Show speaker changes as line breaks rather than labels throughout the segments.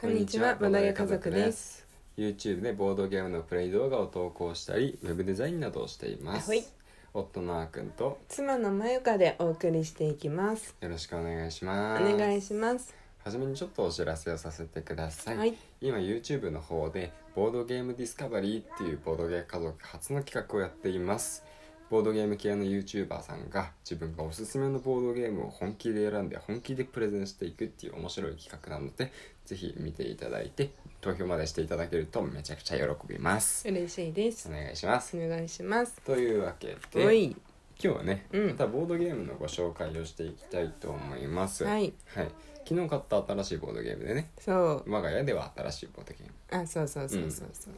こんにちは、
こ
ボ
んに
ナ
ちは
ゲ家族です。
YouTube でボードゲームのプレイ動画を投稿したりウェブデザインなどをしています
はい
夫のあーくんと
妻のまゆかでお送りしていきます。
よろしくお願いし
お
ます
願いします。
はじめにちょっとお知らせをさせてください、
はい
今 YouTube の方でボードゲームディスカバリーっていうボードゲーム家族初の企画をやっていますボードゲーム系の YouTuber さんが自分がおすすめのボードゲームを本気で選んで本気でプレゼンしていくっていう面白い企画なのでぜひ見ていただいて投票までしていただけるとめちゃくちゃ喜びます
嬉しいです
お。願いします
お願いします。
というわけ
お
で今
い、
日はね、
うん
またボードゲームのご紹介をしていきたいと思います
はい、
はい、昨日買った新しいボードゲームでね
そう、
我が家では新しいボードゲー
あ、そうそうそうそうそう。
ム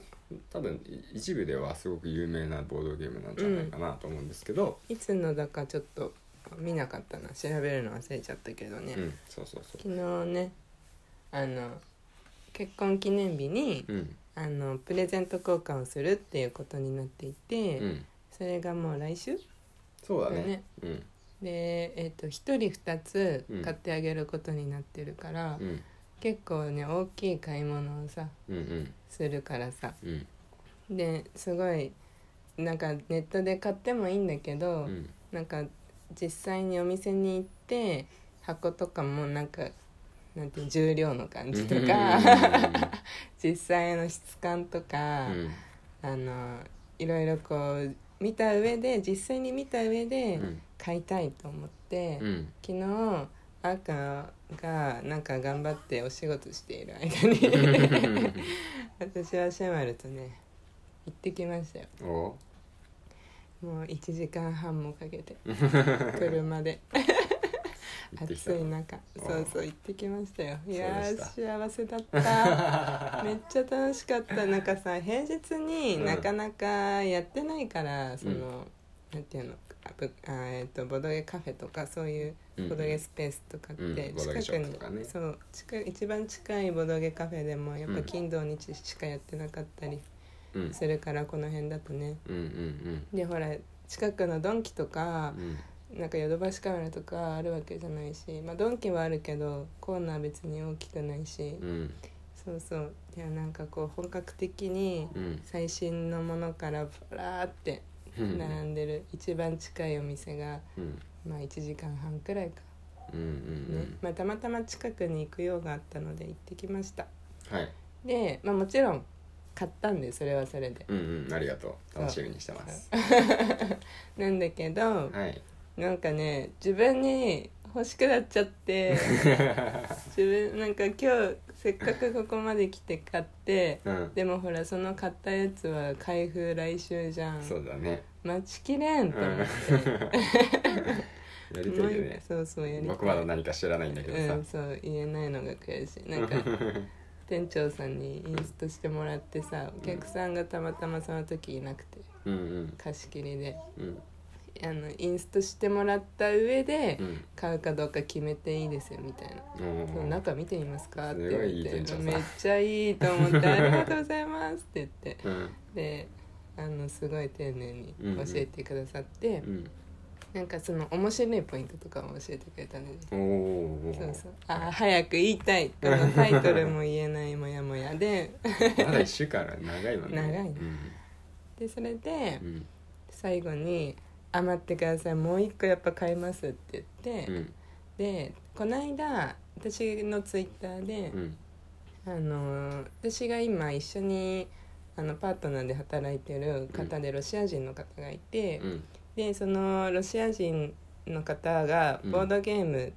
多分い一部ではすごく有名なボードゲームなんじゃないかなと思うんですけど、
いつのだかちょっと見なかったな、調べるの忘れちゃったけどね。
うんそうそうそ
昨日ね、あの結婚記念日に、
ううん
あのプレゼント交換をするっていうことになっていて、
うん
それがもう来週
そうだね
だね
うん
で、えっと1人2つ
うん
買ってあげることになってるから、
うん
結構ね大きい買い物をさ
うんうん
するからさ
うん
ですごいなんかネットで買ってもいいんだけど、
うん
なんか実際にお店に行って箱とかもなんかなんていう重量の感じとか、 実際の質感とか、
うん
あのいろいろこう見た上で実際に見た上で
うん
買いたいと思って。
うん
昨日赤がなんか頑張ってお仕事している間に 私はシェマルとね行ってきましたよ
うんお
もう1時間半もかけ て車で
行ってきた
暑い中そうそう行ってきましたよいや
そう
ー
でした
幸せだった めっちゃ楽しかったなんかさ平日になかなかやってないから、その、なんていうのあぶあえっとボドゲカフェとかそういうボドゲスペースとかって、
うんボドゲショ
近く
ップ
に、
とかね
そう近い一番近いボドゲカフェでもやっ
う
ぱ
ん
金土日しかやってなかったり
うん
するから、この辺だとね
うんうん
でほら近くのドンキとか
うんう、ん
なんかヨドバシカメラとかあるわけじゃないしまあドンキはあるけどコーナー別に大きくないし、
うん
そうそういやなんかこう本格的に
うん
最新のものからぶらーって
うん
並んでる、一番近いお店が
うん
まあ1時間半くらいか
うんうんう
ね
ん
まあ、たまたま近くに行く用があったので行ってきました
はい
で、まあ、もちろん買ったんでそれはそれで
うんうんありがとう楽しみにしてます
なんだけど
はい
なんかね自分に欲しくなっちゃって 自分なんか今日せっかくここまで来て買って
うん
でもほらその買ったやつは開封来週じゃん
そうだね
待ちきれんと思って、
やりとりで
なん
ね
かそうそうやりたい
僕まだ何か知らないんだけどさ、
うんそう言えないのが悔しい なんか店長さんにインストしてもらってさお客さんがたまたまその時いなくて
うんうん
貸し切りで
うん
あのインストしてもらった上で
うん
買うかどうか決めていいですよみたいな。
おー
その中見てみますかって
すごいいい
言っ
店
て
長さん
めっちゃいいと思って「ありがとうございます」って言って
うん
であのすごい丁寧に
うんう
教
ん
えてくださって、
うん
なんかその面白いポイントとかも教えてくれたので
おお
そうそう「あー早く言いたい」このタイトルも言えないモヤモヤで
まだ一週間ある長いもんね
長いね
うん
でそれで
うん
最後に「あ待ってくださいもう一個やっぱ買います」って言って、
うん
でこの間私のツイッターで、
うん
あのー私が今一緒にあのパートナーで働いてる方でロシア人の方がいて、
うん
でそのロシア人の方が
うん
ボードゲームっ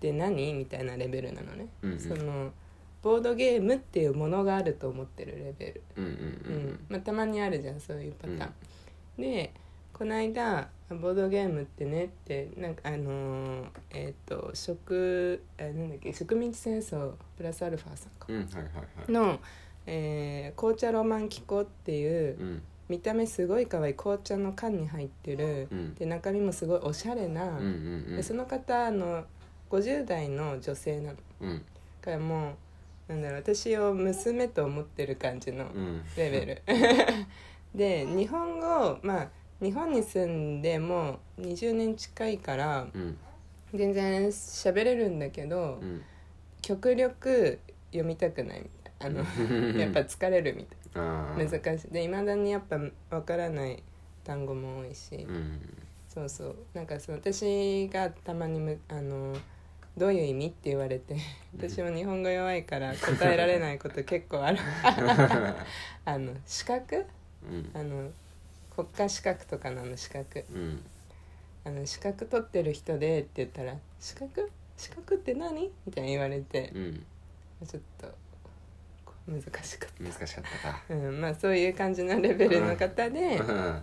て何、みたいなレベルなのね、
うんうん
そのボードゲームっていうものがあると思ってるレベル
うんうん
う
うんん
まあ、たまにあるじゃんそういうパターン、でこの間ボードゲームってねってなんかあのーえっ、と植えなんだっけ植民地戦争プラスアルファさんか
うんはいはいはい
の、えー紅茶ロマン機構っていう
うん
見た目すごい可愛い紅茶の缶に入ってる
うん
で中身もすごいおしゃれな、
うんうんうん
でその方あの50代の女性なのだ
うん
からもうなんだろう私を娘と思ってる感じの。
うん
レベルで日本語まあ日本に住んでもう20年近いから
うん
全然喋れるんだけど
うん
極力読みたくないみたいなあのやっぱ疲れるみたい
あー
難しいでいまだにやっぱわからない単語も多いし、
うん
そうそうなんかそう私がたまにむあのどういう意味って言われて私も日本語弱いから答えられないこと結構あるあの資格
うん
あの国家資格とかのあの資格
うん
あの資格取ってる人でって言ったら「資格資格って何?」みたいに言われて
うん
ちょっとこう難しかっ
難しかったか
た、 うん、まあそういう感じのレベルの方で
う、ん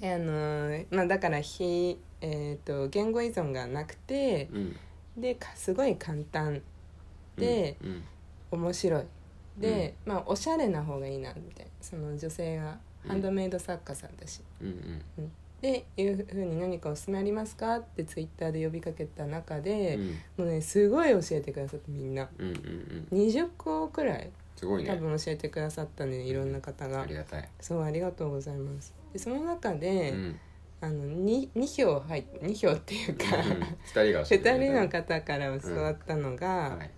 であのまあ、だから非、えー、と言語依存がなくて
うん
でかすごい簡単で
うん
面白いで、まあおしゃれな方がいいなみたいなその女性がハンドメイド作家さんだし、
うんうん
でいうふうに何かおすすめありますかってツイッターで呼びかけた中
う
で、
ん
もうねすごい教えてくださってみんな
うんうんうん
20個くらい
すごい
多
ね
分教えてくださったねいろんな方が
ありがたい
そうありがとうございますでその中
う
で、
ん
あの 2, 二票入っ2票っていうか
2人が教えてくれた
2人の方から教わったのが、
はい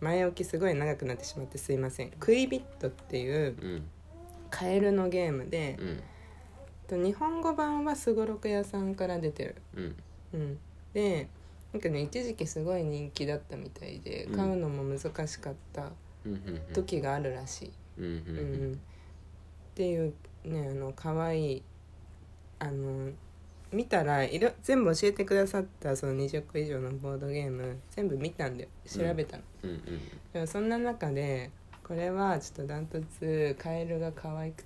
前置きすごい長くなってしまってすいません「クイビット」っていう
うん
カエルのゲームで
う、ん
と日本語版はすごろく屋さんから出てる、
うん
うん、でなんかね一時期すごい人気だったみたいで
うん
買うのも難しかった
うんうん
時があるらしい、
うんう
うん
んうん
っていうねあの可愛いあの見たらいろ全部教えてくださったその20個以上のボードゲーム全部見たんだよ調べたの、
うんうん
でもそんな中でこれはちょっとダントツカエルが可愛く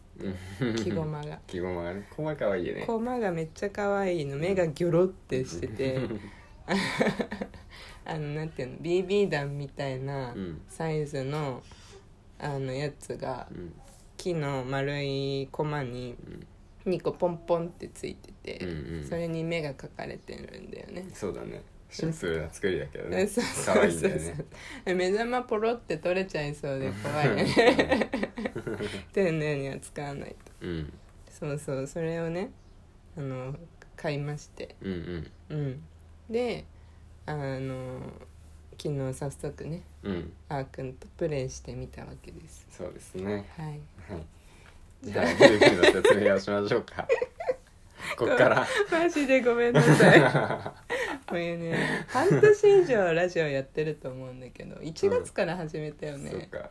うん
て木ごまが
木駒がね駒可愛いよ ね
コマがめっちゃ可愛いの目がギョロってしてて あのなんていうの BB 弾みたいな
うん
サイズのあのやつが
うん
木の丸いコマに
うん
2個ポンポンってついてて、
うんうん
それに目が描かれてるんだよね。
そうだねシンプルな作りだけどね
そうそ
可
う
愛いん
そう
だよ
そ
ね
う目玉ポロって取れちゃいそうで怖いよね 丁寧には使わないと
うん
そうそうそれをねあの買いまして
うんうん
うんであの昨日早速ね
うん
あーくんとプレイしてみたわけです
そうですね
はい
はいじゃあゆうくんの説明をしましょうかこっから
マジでごめんなさ いこういうね半年以上ラジオやってると思うんだけど1月から始めたよね、
そうか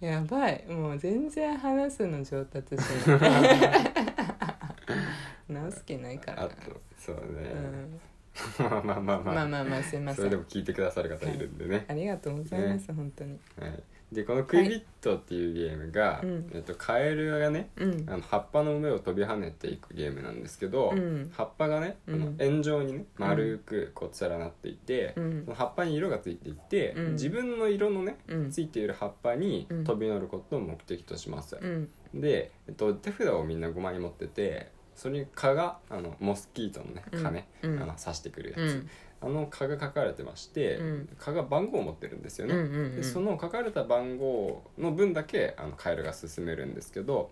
やばいもう全然話すの上達しない直す気ないから
あ
な
とそうね
う、ん、
まあまあまあまあ、
まあまあまあすいませ
それでも
ん
聞いてくださる方いるんでね、
ありがとうございます、本当に
はい、でこの「クイビット」っていうゲームが、
いうん
えっと、カエルがね
うん
あの葉っぱの上を飛び跳ねていくゲームなんですけど、
うん
葉っぱがね、あの
うん
円状にね丸くこう連なっていて、
うん
その葉っぱに色がついていて、
うん
自分の色のね、
うん
ついている葉っぱに
うん
飛び乗ることを目的とします、
うん
で、えっと、手札をみんな5枚持っててそれに蚊があのモスキートのね蚊ね、
うんうん
あの刺してくるやつ、
うん
あの蚊が書かれてまして、
うん
蚊が番号を持ってるんですよね、
うんうんうん
でその書かれた番号の分だけあのカエルが進めるんですけど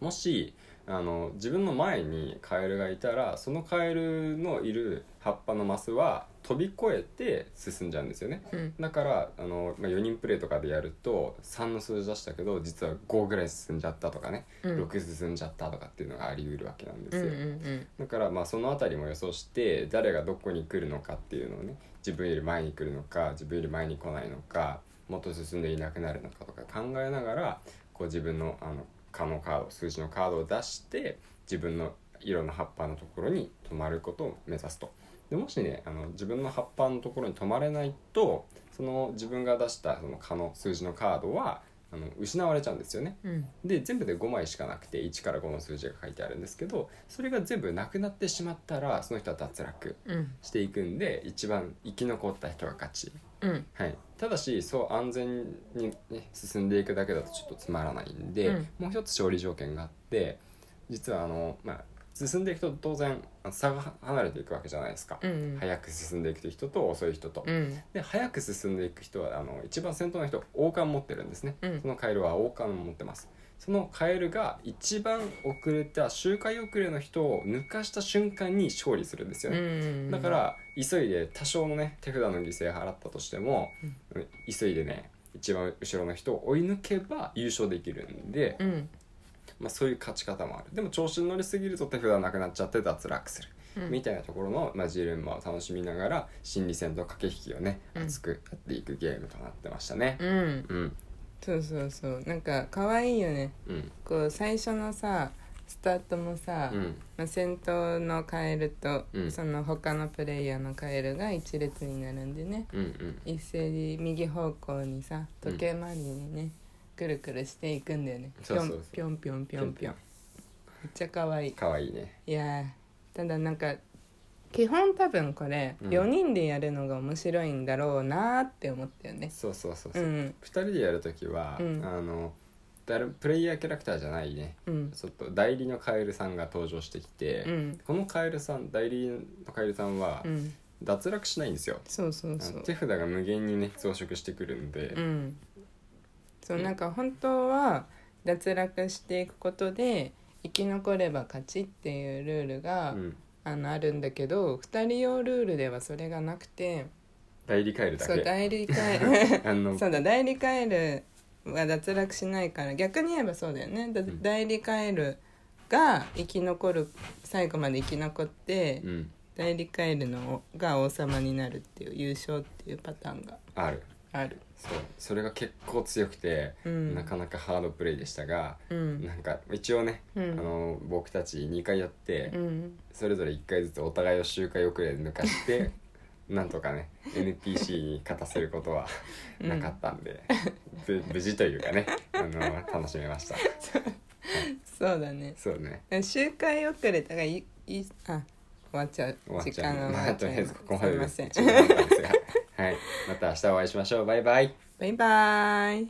もしあの自分の前にカエルがいたらそのカエルのいる葉っぱのマスは飛び越えて進んじゃうんですよね
うん
だからあの、まあ、4人プレイとかでやると3の数字出したけど実は5ぐらい進んじゃったとかね、
うん
6進んじゃったとかっていうのがあり得るわけなんです
う
よ、
んうん
だからまあその辺りも予想して誰がどこに来るのかっていうのをね自分より前に来るのか自分より前に来ないのかもっと進んでいなくなるのかとか考えながらこう自分のあの蚊のカード数字のカードを出して自分の色の葉っぱのところに止まることを目指すと。でもしねあの自分の葉っぱのところに止まれないとその自分が出したその蚊の数字のカードはあの失われちゃうんですよね。
うん
で全部で5枚しかなくて1から5の数字が書いてあるんですけどそれが全部なくなってしまったらその人は脱落
うん
していくんで一番生き残った人が勝ち、
うん
はい、ただしそう安全に、ね、進んでいくだけだとちょっとつまらないんで、
うん
もう一つ勝利条件があって実はあの、まあ、進んでいくと当然差が離れていくわけじゃないですか、
うん
早く進んでいく人と遅い人と、
うん
で早く進んでいく人はあの一番先頭の人王冠持ってるんですね、
うん
そのカエルは王冠を持ってますそのカエルが一番遅れた周回遅れの人を抜かした瞬間に勝利するんですよ
う
ね、
ん
だから急いで多少のね手札の犠牲払ったとしても、急いでね一番後ろの人を追い抜けば優勝できるんで、
うん
まあ、そういう勝ち方もあるでも調子に乗りすぎると手札なくなっちゃって脱落する、
うん
みたいなところの、まあ、ジレンマを楽しみながら心理戦と駆け引きをね
うん
熱くやっていくゲームとなってましたね
うん
うん
そうそうそうなんか可愛いよね
うん
こう最初のさスタートもさ、
うん
まあ、先頭のカエルと、
うん
その他のプレイヤーのカエルが一列に並んでね
うんうん
一斉に右方向にさ時計回りにね、くるくるしていくんだよね
そうそうそう
ぴょんぴょんぴょんぴょんぴょんめっちゃ可愛い
かわいいね
いやーただなんか基本多分これ
うん
4人でやるのが面白いんだろうなーって思ったよね
そうそうそう
う
そう、
ん
2人でやるときは、
うん
あの誰プレイヤーキャラクターじゃないね
うん
ちょっと代理のカエルさんが登場してきて、
うん
このカエルさん代理のカエルさんは
うん
脱落しないんですよ、
そうそうそ
あの
う
手札が無限にね増殖してくるんで、
うんそう
うん
なんか本当は脱落していくことで生き残れば勝ちっていうルールが、
うん
あのあるんだけど2人用ルールではそれがなくて
代理カエルだ
そう
け
代理カエ
あの
ルそうだ代理カエルは脱落しないから逆に言えばそうだよねだ
うん
代理カエルが生き残る最後まで生き残って、
うん
代理カエルのが王様になるっていう優勝っていうパターンが
ある
ある。
そうそれが結構強くて、
うん
なかなかハードプレイでしたが、
うん
なんか一応ね、
うん
あの僕たち2回やって、
うん
それぞれ1回ずつお互いを周回遅れで抜かして なんとかね NPC に勝たせることは
うん
なかったんで、ぶ無事というかねあの楽しめ ました
そうだね
そうね
周回遅れたがいいあ終わっちゃう
終わっ
時
ちゃう
間が終
ま
わ
あ
っち
と
ゃ
りあえ
い
ずここまでです
いません
一応なんですがはいまた明日お会いしましょうバイバイ
バイバーイ